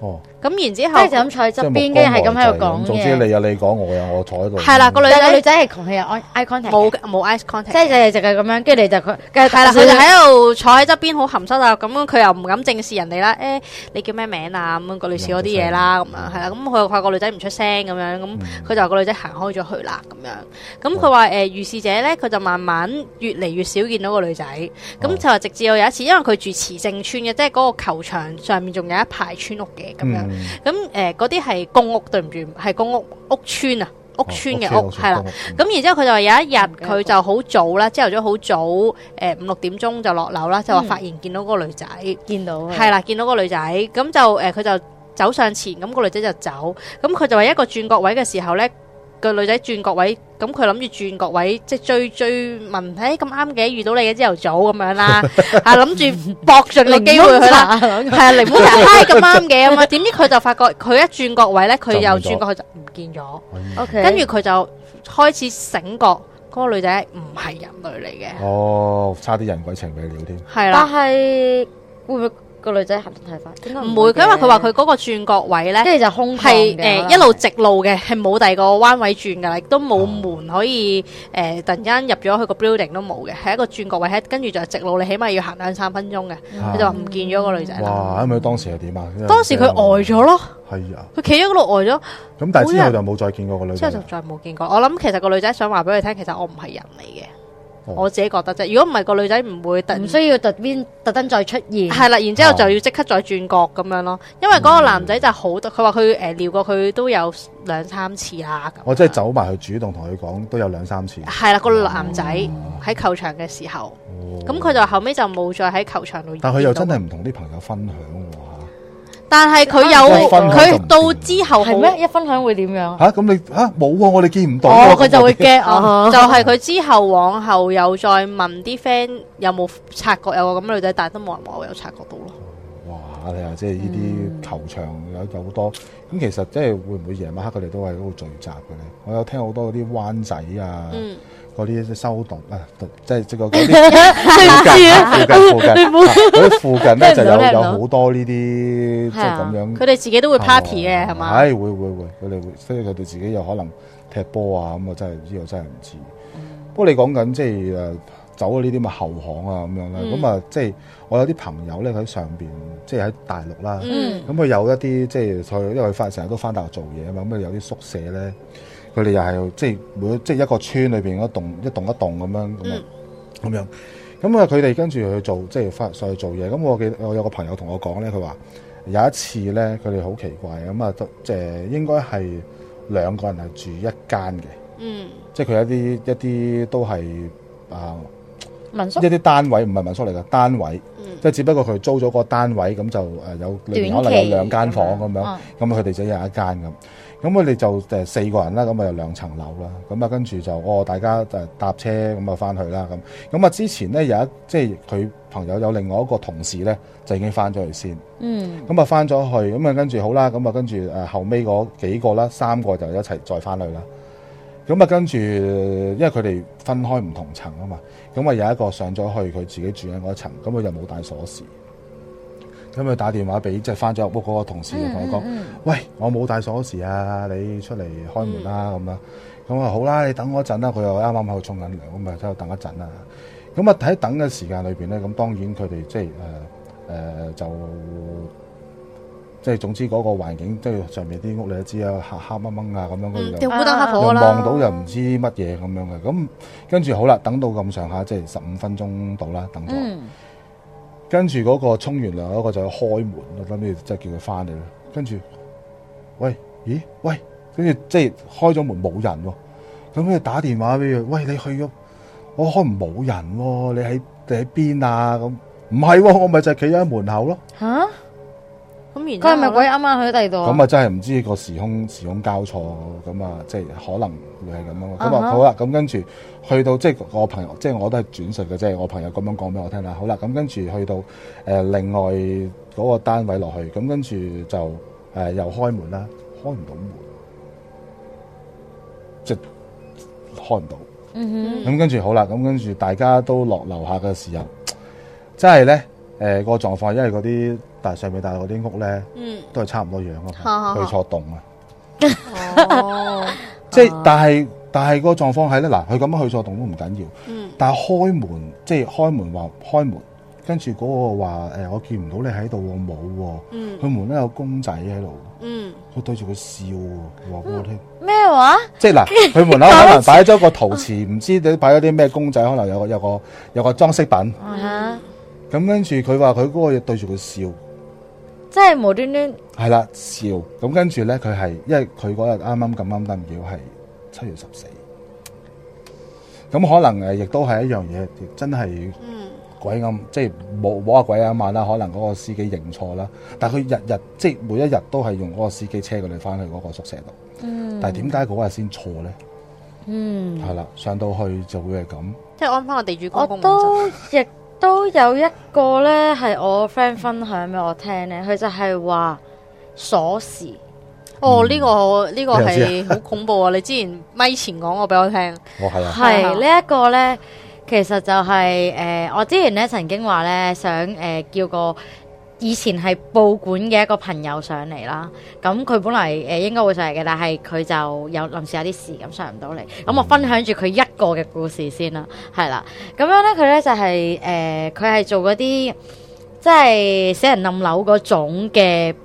Speaker 3: 哦，
Speaker 1: 咁然之
Speaker 2: 即係就
Speaker 1: 後
Speaker 2: 咁坐喺
Speaker 3: 即係
Speaker 2: 側
Speaker 3: 目
Speaker 2: 邊，跟
Speaker 3: 光
Speaker 2: 住係咁喺
Speaker 3: 呆滯
Speaker 2: 度講
Speaker 3: 總之
Speaker 2: 嘢。
Speaker 3: 你有你講，我有我坐喺度。
Speaker 1: 係啦，個女
Speaker 2: 但係個
Speaker 1: 仔
Speaker 2: 女仔係同佢有 eye contact，
Speaker 1: 冇
Speaker 2: 嘅
Speaker 1: 冇 eye contact，
Speaker 2: 即係就係就係咁樣，跟住你就佢，係
Speaker 1: 係啦，佢就喺度坐喺側邊好含蓄啊，咁樣佢又唔敢正視人哋啦。誒、你叫咩名啊？咁樣個類似嗰啲嘢
Speaker 3: 嗯
Speaker 1: 啦，咁樣係啦。咁佢話個女仔唔出聲咁樣，咁佢就話個女仔行開咗去啦，咁樣。
Speaker 3: 嗯
Speaker 1: 咁佢話誒遇事者咧，佢就慢慢越嚟越少見到個女仔。咁
Speaker 3: 哦
Speaker 1: 就話直至到有一次，因為佢住慈正村嘅，即係嗰個球場上面仲有一排村屋嘅咁樣。
Speaker 3: 嗯
Speaker 1: 咁誒嗰啲係公屋，對唔住，係公屋屋村啊，屋村嘅
Speaker 3: 哦
Speaker 1: 屋係啦。，
Speaker 3: 咁
Speaker 1: 咁然之後佢就話有一日
Speaker 2: 記得
Speaker 1: 佢就好早啦，朝頭早好早，誒五六點鐘就落樓啦，就話發現見到嗰個女仔，
Speaker 2: 見到嘅
Speaker 1: 係啦、見到嗰個女仔，咁就誒佢、就走上前，咁、個女仔就走。咁佢就話一個轉角位嘅時候呢，個女仔轉角位，咁佢諗住轉角位即係追追問，誒咁啱嘅，遇到你嘅朝頭早咁 樣啦，啊諗住搏盡個機會去啦。
Speaker 2: 啦，
Speaker 1: 系啊，檸檬茶嗨咁啱嘅咁啊，點知佢就發覺佢一轉角位咧，佢又
Speaker 3: 就
Speaker 1: 轉
Speaker 3: 唔見咗
Speaker 1: 角佢就唔見 咗，
Speaker 2: OK，
Speaker 1: 跟住佢就開始醒覺嗰個女仔唔係人類嚟嘅，
Speaker 3: 哦，差啲人鬼情未了添。
Speaker 1: 係
Speaker 2: 但
Speaker 1: 啦，
Speaker 2: 係會唔會個女仔行動太快？應該
Speaker 1: 唔會，
Speaker 2: 嘅
Speaker 1: 因為佢話佢嗰個轉角位咧
Speaker 2: 跟住就空
Speaker 1: 係
Speaker 2: 係
Speaker 1: 誒一路直路嘅，係冇第二個彎位轉噶啦，亦都冇門可以誒突然間入咗去個 building 都冇嘅，係一個轉角位，係跟住就係直路，你起碼要行兩三分鐘嘅，
Speaker 3: 啊
Speaker 1: 佢就話唔見咗個女仔啦。
Speaker 3: 哇！咁佢當時係點啊？
Speaker 1: 當時佢呆咗咯，
Speaker 3: 係啊，
Speaker 1: 佢企咗嗰度呆咗。
Speaker 3: 咁但係之後就冇再見過個女
Speaker 1: 之後
Speaker 3: 仔
Speaker 1: 就
Speaker 3: 啦。
Speaker 1: 再冇見過。我諗其實個女仔想話俾佢聽，其實我唔係人嚟嘅，
Speaker 3: 哦
Speaker 1: 我自己覺得啫。如果唔係個女仔唔會突
Speaker 2: 唔
Speaker 1: 然
Speaker 2: 需要特邊特登再出現。
Speaker 1: 係啦，然之後
Speaker 3: 哦
Speaker 1: 就要即刻再轉角咁樣咯。因為嗰個男仔就好多，佢話佢誒撩過佢都有兩三次啦。咁
Speaker 3: 我真係走埋去主動同佢講，都有兩三次。
Speaker 1: 係啦，個男仔喺球場嘅時候，咁
Speaker 3: 咁
Speaker 1: 佢就後尾就冇再喺球場度。
Speaker 3: 哦但佢又真係，唔同啲朋友分享喎嚇
Speaker 1: 哦但係佢有
Speaker 2: 佢分
Speaker 3: 開就唔
Speaker 1: 佢到之後好
Speaker 2: 係咩？一分享會點樣啊？
Speaker 3: 吓咁你吓冇喎，我哋見唔到喎。
Speaker 2: 哦，佢就會
Speaker 3: 咁
Speaker 2: 驚
Speaker 1: 哦
Speaker 2: 哦，
Speaker 1: 就係佢之後往後有再問啲 friend 有冇察覺有個咁嘅女仔，但係都冇人話我有察覺到咯。
Speaker 3: 我哋哇！你話即係
Speaker 2: 嗯
Speaker 3: 呢啲球場有有好多咁，其實即係會唔會夜晚黑佢哋都喺嗰度聚集嘅咧？我有聽好多嗰啲灣仔啊，
Speaker 1: 嗯。
Speaker 3: 嗰啲收毒啊，毒即係即係嗰 啲附近附近附近
Speaker 2: 你冇
Speaker 3: 啊嗰啲附近咧就
Speaker 2: 聽唔到聽
Speaker 3: 有
Speaker 2: 唔啊
Speaker 3: 有
Speaker 2: 到
Speaker 3: 好多呢啲即係咁樣。
Speaker 1: 佢哋自己都會 party 嘅係嘛？
Speaker 3: 哦係會會會，佢哋會，所以佢哋自己有可能踢波啊，咁我真係呢個真係唔知。
Speaker 1: 嗯
Speaker 3: 不過你講緊即係誒走咗呢啲咁嘅後巷啊咁樣啦，
Speaker 1: 嗯
Speaker 3: 咁啊即係我有啲朋友咧佢喺上邊，即係喺大陸啦，
Speaker 1: 嗯
Speaker 3: 咁佢有一啲即係佢因為佢翻成日都翻大陸做嘢啊嘛，咁佢有啲宿舍咧，佢哋又係即係每即係一個村裏邊嗰棟一棟一棟咁樣咁啊
Speaker 1: 嗯
Speaker 3: 咁樣。咁啊，佢哋跟住去做，即係翻上去做嘢。咁我記得我有個朋友同我講咧，佢話有一次咧，佢哋好奇怪咁啊，都即係應該係兩個人係住一間嘅，
Speaker 1: 嗯
Speaker 3: 即係佢一啲一啲都係啊
Speaker 2: 民宿
Speaker 3: 一啲單位，唔係民宿嚟嘅單位，
Speaker 1: 嗯
Speaker 3: 即係只不過佢租咗個單位，咁就誒有裏面
Speaker 2: 短
Speaker 3: 可能有
Speaker 2: 期
Speaker 3: 兩間房咁
Speaker 2: 咁
Speaker 3: 樣
Speaker 2: 樣。嗯
Speaker 3: 咁佢哋就有一間咁。咁佢哋就誒四個人啦，咁啊有兩層樓啦，咁啊跟住就哦大家誒搭車咁啊翻去啦咁。咁啊之前咧有一即係佢朋友有另外一個同事咧就已經翻咗去先，
Speaker 2: 嗯，
Speaker 3: 咁啊翻咗去，咁啊跟住好啦，咁啊跟住誒後尾嗰幾個啦，三個就一齊再翻去啦。咁啊跟住，因為佢哋分開唔同層啊嘛，咁啊有一個上咗去佢自己住緊嗰一層，咁佢就冇帶鎖匙，咁佢打電話俾即係翻咗入屋嗰個同事同
Speaker 2: 嗯
Speaker 3: 佢講。喂，我冇帶鎖匙啊，你出嚟開門啦咁啦。咁啊好啦，你等我一陣啦。佢又啱啱喺度沖緊涼，咁啊喺度等一陣啦。咁啊喺等嘅時間裏邊咧，咁當然佢哋即係誒誒就即係總之嗰個環境，即係上面啲屋你都知啊，黑黑掹掹啊咁樣，佢
Speaker 1: 嗯，
Speaker 3: 就
Speaker 1: 掉烏燈黑
Speaker 3: 又
Speaker 1: 火
Speaker 3: 望
Speaker 1: 啦，
Speaker 3: 到又唔知乜嘢咁樣嘅。咁跟住好啦，等到咁上下即係十五分鐘到啦，等咗。
Speaker 2: 嗯，
Speaker 3: 跟住嗰個沖完涼嗰個就開門，我諗住即係叫佢翻嚟啦。跟住，喂，咦，喂，跟住即係開咗門冇人喎、咁佢打電話俾佢，喂，你去咗，我開門冇人喎、你喺你喺邊啊？咁唔係喎，我咪就係企咗喺門口咯。
Speaker 2: 吓，
Speaker 1: 咁然之
Speaker 2: 佢係咪
Speaker 1: 後
Speaker 2: 鬼
Speaker 1: 咧
Speaker 2: 啱啱去咗第二度啊？
Speaker 3: 咁啊，真係唔知個時空時空交錯，咁啊，即係可能會係咁樣咯。咁
Speaker 2: 啊
Speaker 3: 啊，
Speaker 2: 哈
Speaker 3: 好啦，咁跟住去到即係我朋友，即係我都係轉述嘅，即係我朋友咁樣講俾我聽啦。好啦，咁跟住去到誒、呃另外嗰個單位落去，咁跟住就誒、呃又開門啦，開唔到門，即係開唔到。
Speaker 2: 嗯
Speaker 3: 咁跟住好啦，咁跟住大家都落樓下嘅時候，真係咧誒個狀況，因為嗰啲大上面大陸嗰啲屋咧。
Speaker 1: 嗯
Speaker 3: 都係差唔多樣
Speaker 1: 哈哈
Speaker 3: 啊，
Speaker 1: 哈
Speaker 3: 去錯洞啊，
Speaker 1: 哦
Speaker 3: 即係但係但係個狀況係咧，嗱，佢咁樣去錯洞都唔緊要，
Speaker 1: 嗯
Speaker 3: 但係開門即係開門話開門，跟住嗰個話誒、我見唔到你喺度喎，冇喎，
Speaker 1: 嗯
Speaker 3: 佢門咧有公仔喺度，
Speaker 1: 嗯
Speaker 3: 佢對住佢笑喎，話俾我聽，
Speaker 2: 哼，咩話？
Speaker 3: 即係嗱， 佢門口可能擺咗個陶瓷，
Speaker 1: 嗯
Speaker 3: 唔知你擺咗啲咩公仔，可能有個有個有個裝飾品，
Speaker 2: 啊，
Speaker 3: 咁跟住佢話佢嗰個嘢對住佢笑。
Speaker 2: 即係無端端
Speaker 3: 係啦，笑咁跟住咧，佢係因為佢嗰日啱啱咁啱得唔巧係七月十四，咁可能誒亦都係一樣嘢，亦真係
Speaker 1: 嗯
Speaker 3: 鬼咁，即係冇冇話鬼咁晚啦，可能嗰個司機認錯啦，但係佢日日即係每一日都係用嗰個司機車佢哋翻去嗰個宿舍度，
Speaker 2: 嗯
Speaker 3: 但係點解嗰日先錯咧？
Speaker 2: 嗯，
Speaker 3: 係啦，上到去就會係咁，
Speaker 1: 即係安翻個地主公
Speaker 2: 我
Speaker 1: 公嗰陣。
Speaker 2: 都亦都有一個咧，係我 friend 分享俾我聽咧，佢就係話鎖匙，
Speaker 1: 哦，呢個呢個
Speaker 3: 嗯你
Speaker 1: 係好恐怖啊！你之前咪前講過俾我聽，
Speaker 3: 我係啊，
Speaker 2: 係
Speaker 1: 啊
Speaker 2: 呢一個咧，其實就係、呃我之前咧曾經話咧想誒、呃叫個以前係報館嘅一個朋友上嚟啦，咁佢本來誒、呃、應該會上嚟嘅，但係佢就有臨時有啲事咁上唔到嚟，咁我分享住佢一個嘅故事先啦，係啦，咁樣咧佢咧就係、誒佢係做嗰啲即係死人冧樓嗰種嘅。
Speaker 3: 哦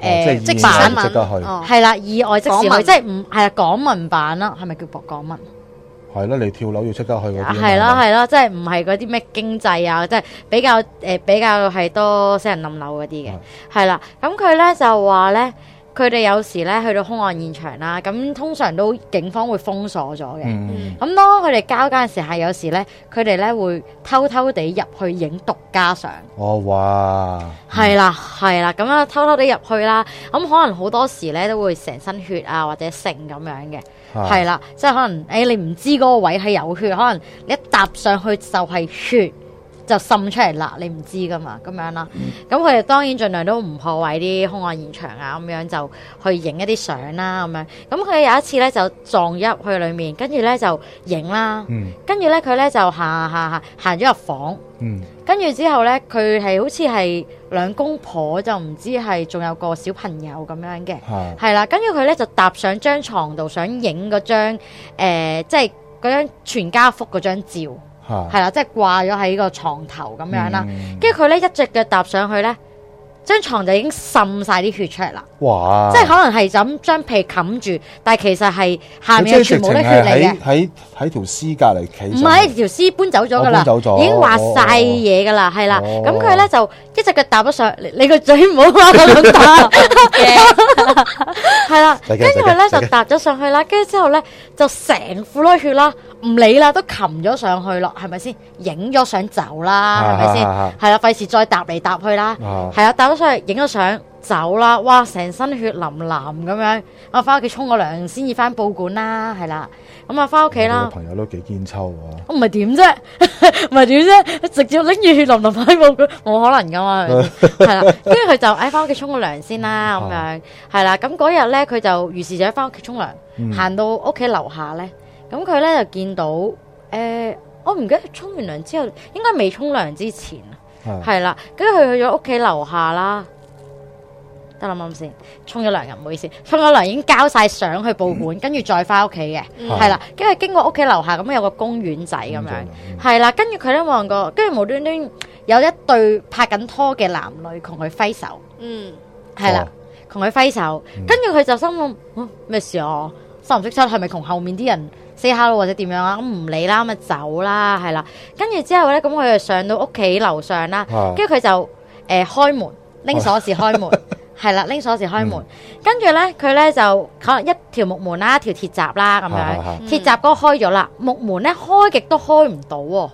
Speaker 2: 誒
Speaker 3: 即係
Speaker 1: 即時
Speaker 3: 意
Speaker 2: 版
Speaker 1: 新
Speaker 3: 外
Speaker 1: 聞
Speaker 3: 即刻去
Speaker 1: 哦
Speaker 2: 係啦，意外即時
Speaker 1: 港
Speaker 2: 去，
Speaker 1: 聞
Speaker 2: 即係唔係啦，港文版啦，係咪叫博港文？
Speaker 3: 係啦，你跳樓要即刻去嗰啲啊嘛，
Speaker 2: 係啦係啦，即係唔係嗰啲咩經濟啊，即係比較誒、呃比較係多死人冧樓嗰啲嘅
Speaker 3: 嗯，
Speaker 2: 係啦。咁佢咧就話咧，佢哋有時咧去到兇案現場啦，咁通常都警方會封鎖咗嘅。
Speaker 3: 嗯，
Speaker 2: 咁當佢哋交更嘅時候，有時咧佢哋咧會偷偷地入去影獨家相。
Speaker 3: 哦哇，
Speaker 2: 係啦，係啦，咁樣偷偷地入去啦，咁可能好多時咧都會成身血啊或者剩咁樣嘅，
Speaker 3: 啊
Speaker 2: 係啦，即係可能誒、哎你唔知嗰個位係有血，可能你一踏上去就係血就滲出嚟啦，你唔知噶嘛，咁樣啦，咁佢哋當然盡量都唔破壞啲兇案現場啊，咁樣就去影一啲相啦，咁樣，咁佢有一次咧就撞咗入去裡面，跟住咧就影啦，
Speaker 3: 嗯
Speaker 2: 跟住咧佢咧就行行行行咗入房。
Speaker 3: 嗯
Speaker 2: 跟住之後咧，佢係好似係兩公婆，就唔知係仲有個小朋友咁樣嘅，
Speaker 3: 係
Speaker 2: 係啦。跟住佢咧就搭上張床度，想影嗰張、呃、即係嗰張全家福嗰張照，
Speaker 3: 係
Speaker 2: 係啦，即係掛咗喺個床頭咁樣啦。
Speaker 3: 嗯
Speaker 2: 跟住佢咧一隻腳踏上去咧，張床就已經滲晒啲血出嚟啦，
Speaker 3: 哇，
Speaker 2: 即係可能係就咁張被冚住，但係其實係下面
Speaker 3: 佢
Speaker 2: 係
Speaker 3: 即係
Speaker 2: 全
Speaker 3: 直
Speaker 2: 部
Speaker 3: 情
Speaker 2: 都血
Speaker 3: 係
Speaker 2: 嚟嘅
Speaker 3: 喺。喺喺條屍隔離企上
Speaker 2: 唔
Speaker 3: 去，
Speaker 2: 係條屍搬走咗噶啦，
Speaker 3: 哦搬走咗
Speaker 2: 已經畫晒嘢噶啦，係啦。
Speaker 3: 哦
Speaker 2: 咁佢咧就一隻腳踏咗上，你你個嘴唔好話我咁打，係 啦。
Speaker 3: 使
Speaker 2: 跟
Speaker 3: 嘅使嘅
Speaker 2: 住佢咧
Speaker 3: 使嘅
Speaker 2: 就踏咗上去啦，跟住之後咧就成褲都係血啦，唔理啦，都擒咗上去咯，係咪先？影咗相走啦，係咪先？
Speaker 3: 啊啊啊
Speaker 2: 係啦，費事再踏嚟踏去啦。
Speaker 3: 啊
Speaker 2: 係啊，搭咗上去影咗相走啦，哇，成身血淋淋咁樣，我翻屋企沖個涼先至翻報館啦，係啦，咁啊翻屋企
Speaker 3: 我
Speaker 2: 啦
Speaker 3: 個。朋友都幾堅抽啊，
Speaker 2: 哦唔係點啫， 唔係點啫，直接拎住血淋淋翻報館，冇可能噶嘛，係咪先係啦。跟住佢就誒翻屋企沖個涼先啦，咁樣係啦。咁嗰日咧，佢就如是者翻屋企沖涼，行到屋企樓下咧，咁佢咧就見到誒、我唔記得沖完涼之後，應該未沖涼之前啊
Speaker 3: 係
Speaker 2: 係啦。跟住佢去咗屋企樓下啦。得啦，啱先，沖咗涼嘅，唔好意思，沖咗涼已經交晒相去報館，跟住再翻屋企嘅，係啦，跟住經過屋企樓下咁有個公園仔咁
Speaker 3: 公園仔嗯
Speaker 2: 樣，係啦，跟住佢咧望過，跟住無端端有一對拍緊拖嘅男女同佢揮手，
Speaker 1: 嗯，
Speaker 2: 係啦
Speaker 3: 哦，
Speaker 2: 同佢揮手，跟住佢就心諗啊咩事啊，三唔識七係咪同後面啲人 say hello 或者點樣啊？咁唔理啦，咁咪走啦，係啦，跟住之後咧，咁佢就上到屋企樓上啦
Speaker 3: 啊，
Speaker 2: 跟住佢就誒、呃、開門，拎鎖匙開
Speaker 3: 哦
Speaker 2: 門。 係啦，拎鎖匙開
Speaker 3: 嗯
Speaker 2: 門，跟住咧佢咧就可能一條木門啦，一條鐵閘啦咁
Speaker 3: 啊啊啊
Speaker 2: 樣，鐵閘嗰個開咗啦，木門咧開極都開唔到喎，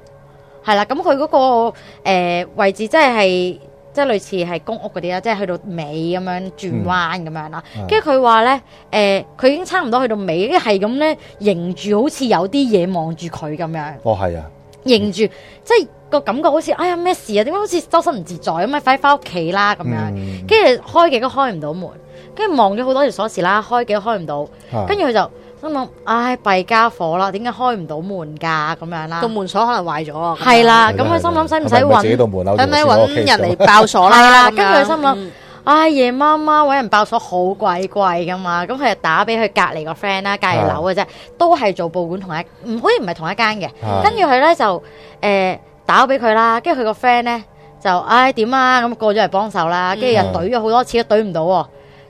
Speaker 2: 係啦，咁佢嗰個、呃、位置即係即係類似係公屋嗰啲啦，即係去到尾咁樣轉彎咁樣啦
Speaker 3: 嗯，
Speaker 2: 跟住佢話咧誒，佢已經差唔多去到尾，跟住係咁咧迎住好似有啲嘢望住佢咁樣。
Speaker 3: 哦係啊，
Speaker 2: 認住，即係個感覺好似哎呀咩事啊？點解好似周身唔自在咁啊？快翻屋企啦咁
Speaker 3: 嗯
Speaker 2: 樣，跟住、開幾都開唔到門，跟住望咗好多條鎖匙啦，開幾都開唔到
Speaker 3: 啊，
Speaker 2: 跟住佢就心諗唉弊家伙啦，點解開唔到門㗎咁樣啦
Speaker 1: 個？門鎖可能壞咗啊。
Speaker 2: 啊係啦，咁
Speaker 3: 係
Speaker 2: 佢
Speaker 3: 啦
Speaker 2: 心諗使唔使
Speaker 3: 係咪自己
Speaker 2: 揾？
Speaker 3: 度門
Speaker 1: 咁樣，
Speaker 3: 口
Speaker 1: 使唔使
Speaker 3: 用先
Speaker 1: 揾
Speaker 3: 嗰個 case 啊
Speaker 1: 人
Speaker 3: 度
Speaker 1: 嚟爆鎖啦？嗯
Speaker 2: 係啦跟住佢心諗
Speaker 1: 諗，
Speaker 2: 唉，夜媽媽揾人爆鎖好鬼貴㗎嘛，咁佢就打俾佢隔離個 friend 啦，隔離樓嘅啫，都係做報館同一，唔好似唔係同一間嘅。
Speaker 3: 啊
Speaker 2: 跟住佢咧就誒、呃打俾佢啦，跟住佢個 friend 咧就唉點啊咁過咗嚟幫手啦，跟住又
Speaker 3: 嗯
Speaker 2: 懟咗好多次都懟唔到喎，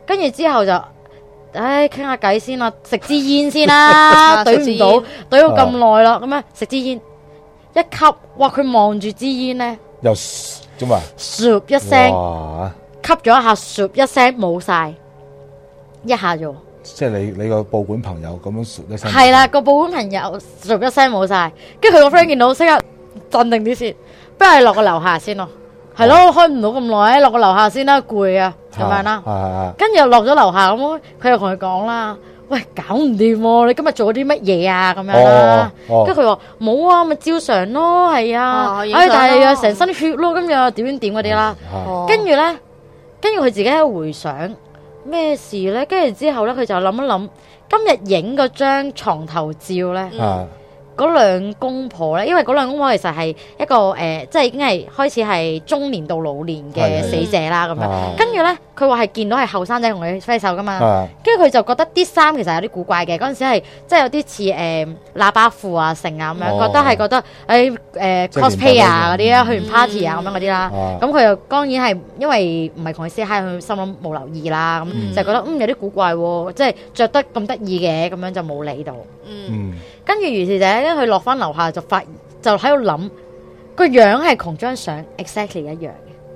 Speaker 2: 跟住之後就唉傾下偈先啦，食支煙先啦，
Speaker 1: 啊
Speaker 2: 懟
Speaker 1: 食支
Speaker 2: 唔到，懟咗咁耐啦，咁樣啊食支煙一吸，哇！佢望住支煙咧，
Speaker 3: 又咁啊，
Speaker 2: 唰一聲
Speaker 3: 哇！
Speaker 2: 吸咗一下，唰一聲冇晒，一下啫喎。
Speaker 3: 即係你你個報館朋友咁樣説一聲，
Speaker 2: 係啦，個保管朋友唰一聲冇晒，跟住佢個 friend 見到即刻鎮定啲先，不如落個樓下先咯。係咯，開唔到咁耐，落個樓下先啦，攰啊，咁樣啦。
Speaker 3: 啦，
Speaker 2: 跟住又落咗樓下咁，佢又同佢講啦：，喂，搞唔掂喎！你今日做咗啲乜嘢啊？咁樣啦。
Speaker 3: 哦哦
Speaker 2: 跟住佢話冇啊，咪照常咯，係啊。
Speaker 1: 哦
Speaker 2: 唉、
Speaker 1: 影相咯
Speaker 2: 但係又成身血咯，今日點點點嗰啲啦。
Speaker 3: 係
Speaker 1: 哦
Speaker 2: 跟住咧，跟住佢自己喺度回想咩事咧，跟住之後咧，佢就諗一諗，今日影嗰張床頭照咧，
Speaker 1: 嗯
Speaker 3: 啊
Speaker 2: 嗰兩公婆咧，因為嗰兩公婆其實係一個誒、呃即係已經係開始係中年到老年嘅
Speaker 3: 係
Speaker 2: 死者啦咁樣。
Speaker 3: 啊
Speaker 2: 跟住咧，佢話係見到係後生仔同佢揮手噶嘛，
Speaker 3: 啊
Speaker 2: 跟住佢就覺得啲衫其實有啲古怪嘅，嗰陣時係即係有啲似誒喇叭褲啊、成啊咁樣，
Speaker 3: 哦
Speaker 2: 覺得係覺得誒誒
Speaker 3: 即係年代
Speaker 2: cosplay 啊嗰啲啦，去
Speaker 1: 嗯
Speaker 2: 完 party 啊咁樣嗰啲啦。
Speaker 3: 啊
Speaker 2: 咁佢又當然係因為唔係同佢 say hi，佢心諗冇留意啦，咁、
Speaker 1: 嗯
Speaker 2: 就覺得嗯有啲古怪喎、即係着得咁得意嘅，咁樣就冇理到。
Speaker 1: 嗯
Speaker 3: 嗯
Speaker 2: 跟住如是者咧，佢落翻樓下就發就喺度諗個樣係同張相 exactly 一樣。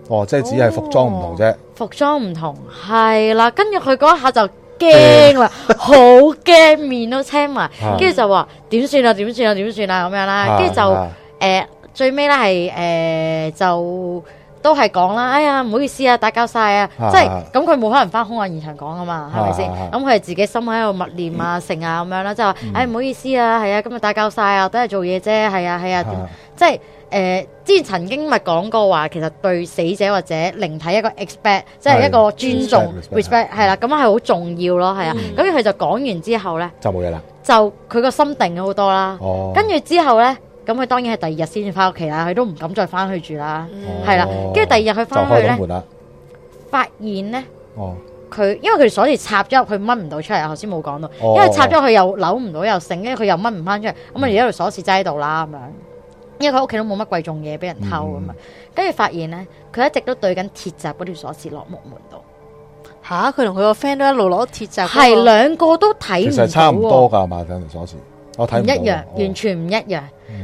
Speaker 3: 哦，即係只係服裝唔同啫，
Speaker 2: 服裝唔同，係啦，跟住佢嗰一下就驚 啦，好驚，面都青埋
Speaker 3: 啊，
Speaker 2: 跟住就話點算啊，點算啊，點算啊咁樣啦，
Speaker 3: 啊
Speaker 2: 跟住就誒
Speaker 3: 啊
Speaker 2: 最尾咧係誒就都係講啦，哎呀唔好意思啊，打攪晒啊，
Speaker 3: 啊
Speaker 2: 即係咁佢冇可能翻空案現場講噶嘛，係咪先
Speaker 3: 啊啊啊？
Speaker 2: 咁佢係自己心喺度默念啊、
Speaker 3: 嗯
Speaker 2: 成啊咁樣啦，就話哎唔好意思啊，係啊，今日打攪晒啊，都係做嘢啫，係啊係啊，點
Speaker 3: 啊
Speaker 2: 即係誒、呃之前曾經咪講過話，其實對死者或者靈體一個 expect，即係
Speaker 3: 係
Speaker 2: 一個尊重
Speaker 3: respect，respect，嗯
Speaker 2: respect，係啦，咁係好重要咯，係啊。咁佢就講完之後咧，
Speaker 3: 就冇嘢啦。
Speaker 2: 就佢個心定咗好多啦。
Speaker 3: 哦，
Speaker 2: 跟住之後咧，咁佢當然係第二日先至翻屋企啦，佢都唔敢再翻去住啦。
Speaker 1: 嗯
Speaker 2: 係啦跟住第二日佢返去
Speaker 3: 哦就
Speaker 2: 呢
Speaker 3: 開到門啦。
Speaker 2: 發現咧。
Speaker 3: 哦，
Speaker 2: 佢因為佢鎖匙插咗入去，掹唔到出嚟。頭先冇講到，
Speaker 3: 哦嗯
Speaker 2: 因為插咗佢又扭唔到又剩，跟住佢又掹唔翻出嚟。咁我而家條鎖匙擠喺度啦，咁樣。因為佢屋企都冇乜貴重嘢俾人偷咁
Speaker 3: 嗯
Speaker 2: 啊，跟住發現咧，佢一直都對緊鐵閘嗰條鎖匙落木門度，
Speaker 1: 吓，佢同佢個 friend 都一路攞鐵閘嗰個，
Speaker 2: 係兩個都睇
Speaker 3: 其
Speaker 2: 唔
Speaker 3: 實
Speaker 2: 到
Speaker 3: 係
Speaker 2: 喎，
Speaker 3: 差唔多㗎係嘛，兩條鎖匙，我睇
Speaker 2: 唔
Speaker 3: 唔哦
Speaker 2: 一樣，完全唔一樣，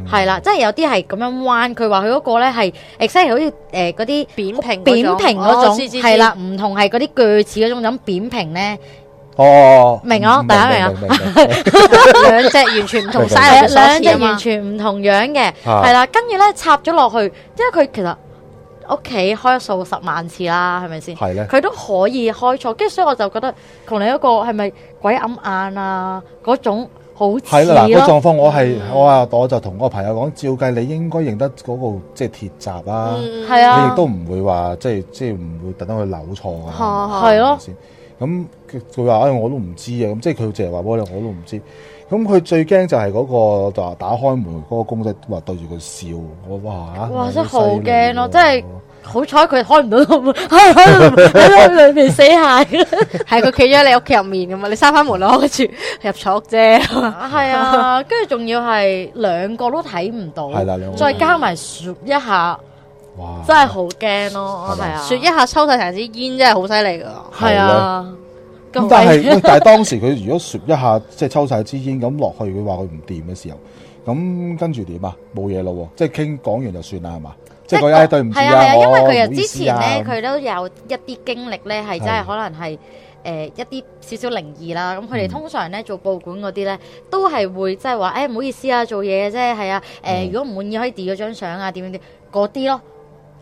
Speaker 2: 係啦，即係有啲係咁樣彎。佢話佢嗰個咧係 exactly 好似誒嗰啲
Speaker 1: 扁平
Speaker 2: 扁平嗰
Speaker 1: 哦知
Speaker 2: 種，
Speaker 1: 知知
Speaker 2: 係啦，唔同係嗰啲鋸齒嗰種咁扁平咧，
Speaker 3: 哦，
Speaker 2: 明我大家明啊
Speaker 3: 啊，
Speaker 1: 兩隻完全唔同 size 嘅
Speaker 2: 係
Speaker 1: 鎖
Speaker 2: 兩隻
Speaker 1: 匙啊嘛
Speaker 2: 完全唔同樣嘅，
Speaker 3: 啊
Speaker 2: 係啦，跟住咧插咗落去，因為佢其實屋企開咗數十萬次啦，係咪 先？
Speaker 3: 係咧，
Speaker 2: 佢都可以開錯，跟住所以我就覺得同你嗰個係咪鬼揞眼啊嗰種好似
Speaker 3: 係啦，嗱，個
Speaker 2: 咯，
Speaker 3: 狀況我係我啊，我就同我朋友講，照計你應該認得嗰個即係鐵閘啦，你
Speaker 1: 嗯
Speaker 2: 係啊，
Speaker 3: 亦都唔會話即係即係唔會特登去扭錯啊
Speaker 1: 嗯
Speaker 3: 㗎，
Speaker 1: 嚇
Speaker 2: 係咯
Speaker 3: 咪先。咁佢佢話：，唉，我都唔知啊！咁即係佢淨係話俾我哋，我都唔知。咁佢最驚就係嗰個就話打開門嗰個公仔話對住佢笑，我哇
Speaker 2: 哇
Speaker 3: 你
Speaker 2: 真係好
Speaker 3: 犀利
Speaker 2: 驚咯
Speaker 3: 喎
Speaker 2: 真係好彩佢開唔到道門，開開到門喺裏邊死 蟹，
Speaker 1: 係佢企咗喺你屋企入面咁嘛，你閂翻門咯，跟住入錯屋啫。
Speaker 2: 係啊，跟住仲要係兩個都睇唔到，
Speaker 3: 係啦兩個
Speaker 2: 再加埋唰一下，
Speaker 3: 哇！
Speaker 2: 真係好驚咯，
Speaker 3: 係
Speaker 2: 係
Speaker 3: 咪
Speaker 2: 啊，
Speaker 1: 雪一下抽晒成支煙真係好犀利噶，
Speaker 2: 係啊，
Speaker 3: 咁
Speaker 2: 咁
Speaker 3: 但係
Speaker 2: 鬼
Speaker 3: 喂但係當時佢如果啜一下即係抽晒支煙咁落去，佢話佢唔掂嘅時候，咁跟住點啊？冇嘢咯喎，即係傾講完就算啦，係嘛？即係佢唉對唔住
Speaker 2: 係啊係
Speaker 3: 啊，
Speaker 2: 啊，因為佢
Speaker 3: 我唔好
Speaker 2: 又
Speaker 3: 意
Speaker 2: 之
Speaker 3: 思
Speaker 2: 前
Speaker 3: 啊
Speaker 2: 咧，
Speaker 3: 咁
Speaker 2: 佢都有一啲經歷咧，係真係
Speaker 3: 係
Speaker 2: 可能係誒一啲少少靈異啦。咁佢哋通常咧做報館嗰啲咧，都係會即係話誒唔好意思啊，做嘢嘅啫，係啊誒，
Speaker 3: 嗯
Speaker 2: 如果唔滿意可以 delete 嗰張相啊，點點點嗰啲咯。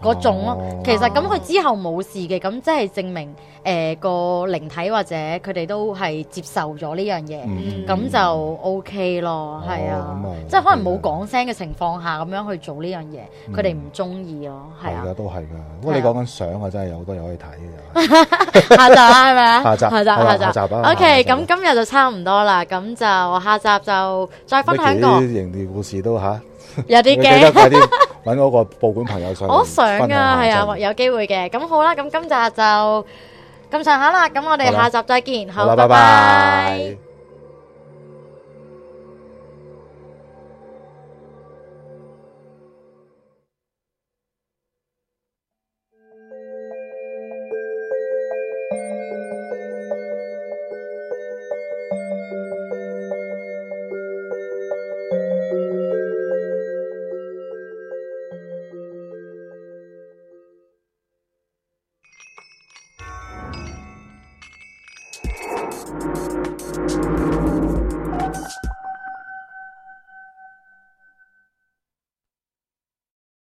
Speaker 2: 嗰種咯
Speaker 3: 哦，
Speaker 2: 其實咁佢之後冇事嘅，咁即係證明誒個靈體或者佢哋都係接受咗呢樣嘢，
Speaker 3: 嗯
Speaker 2: 咁就 OK 咯，係啊
Speaker 3: 咁啊，
Speaker 2: 即係可能
Speaker 3: OK
Speaker 2: 冇
Speaker 3: 啊嗯
Speaker 2: 講聲嘅情況下咁樣去做呢樣嘢，佢哋唔中意咯，係
Speaker 3: 係
Speaker 2: 啊
Speaker 3: 噶，。都係噶。不過
Speaker 2: 係
Speaker 3: 你
Speaker 2: 啊
Speaker 3: 講緊相啊，真係有好多嘢可以睇 嘅。
Speaker 2: 下集啦，係咪啊？
Speaker 3: 下集
Speaker 2: 下集，
Speaker 3: 係
Speaker 2: 下
Speaker 3: 啦
Speaker 2: 集，
Speaker 3: 下集啊
Speaker 2: O K，
Speaker 3: 下集
Speaker 2: 咁今日就差唔多啦，咁就下集就再分享
Speaker 3: 啲
Speaker 2: 過，
Speaker 3: 營地故事都吓，
Speaker 2: 有啲
Speaker 3: 你記得
Speaker 2: 驚，
Speaker 3: 快啲揾嗰個報館朋友上 嚟
Speaker 2: 我想
Speaker 3: 分享
Speaker 2: 啊，
Speaker 3: 下
Speaker 2: 係
Speaker 3: 真
Speaker 2: 啊，有機會嘅。咁好啦，咁今集就咁上下啦，咁我哋
Speaker 3: 好
Speaker 2: 下
Speaker 3: 啦
Speaker 2: 集再見，
Speaker 3: 好啦，
Speaker 2: 拜
Speaker 3: 拜拜。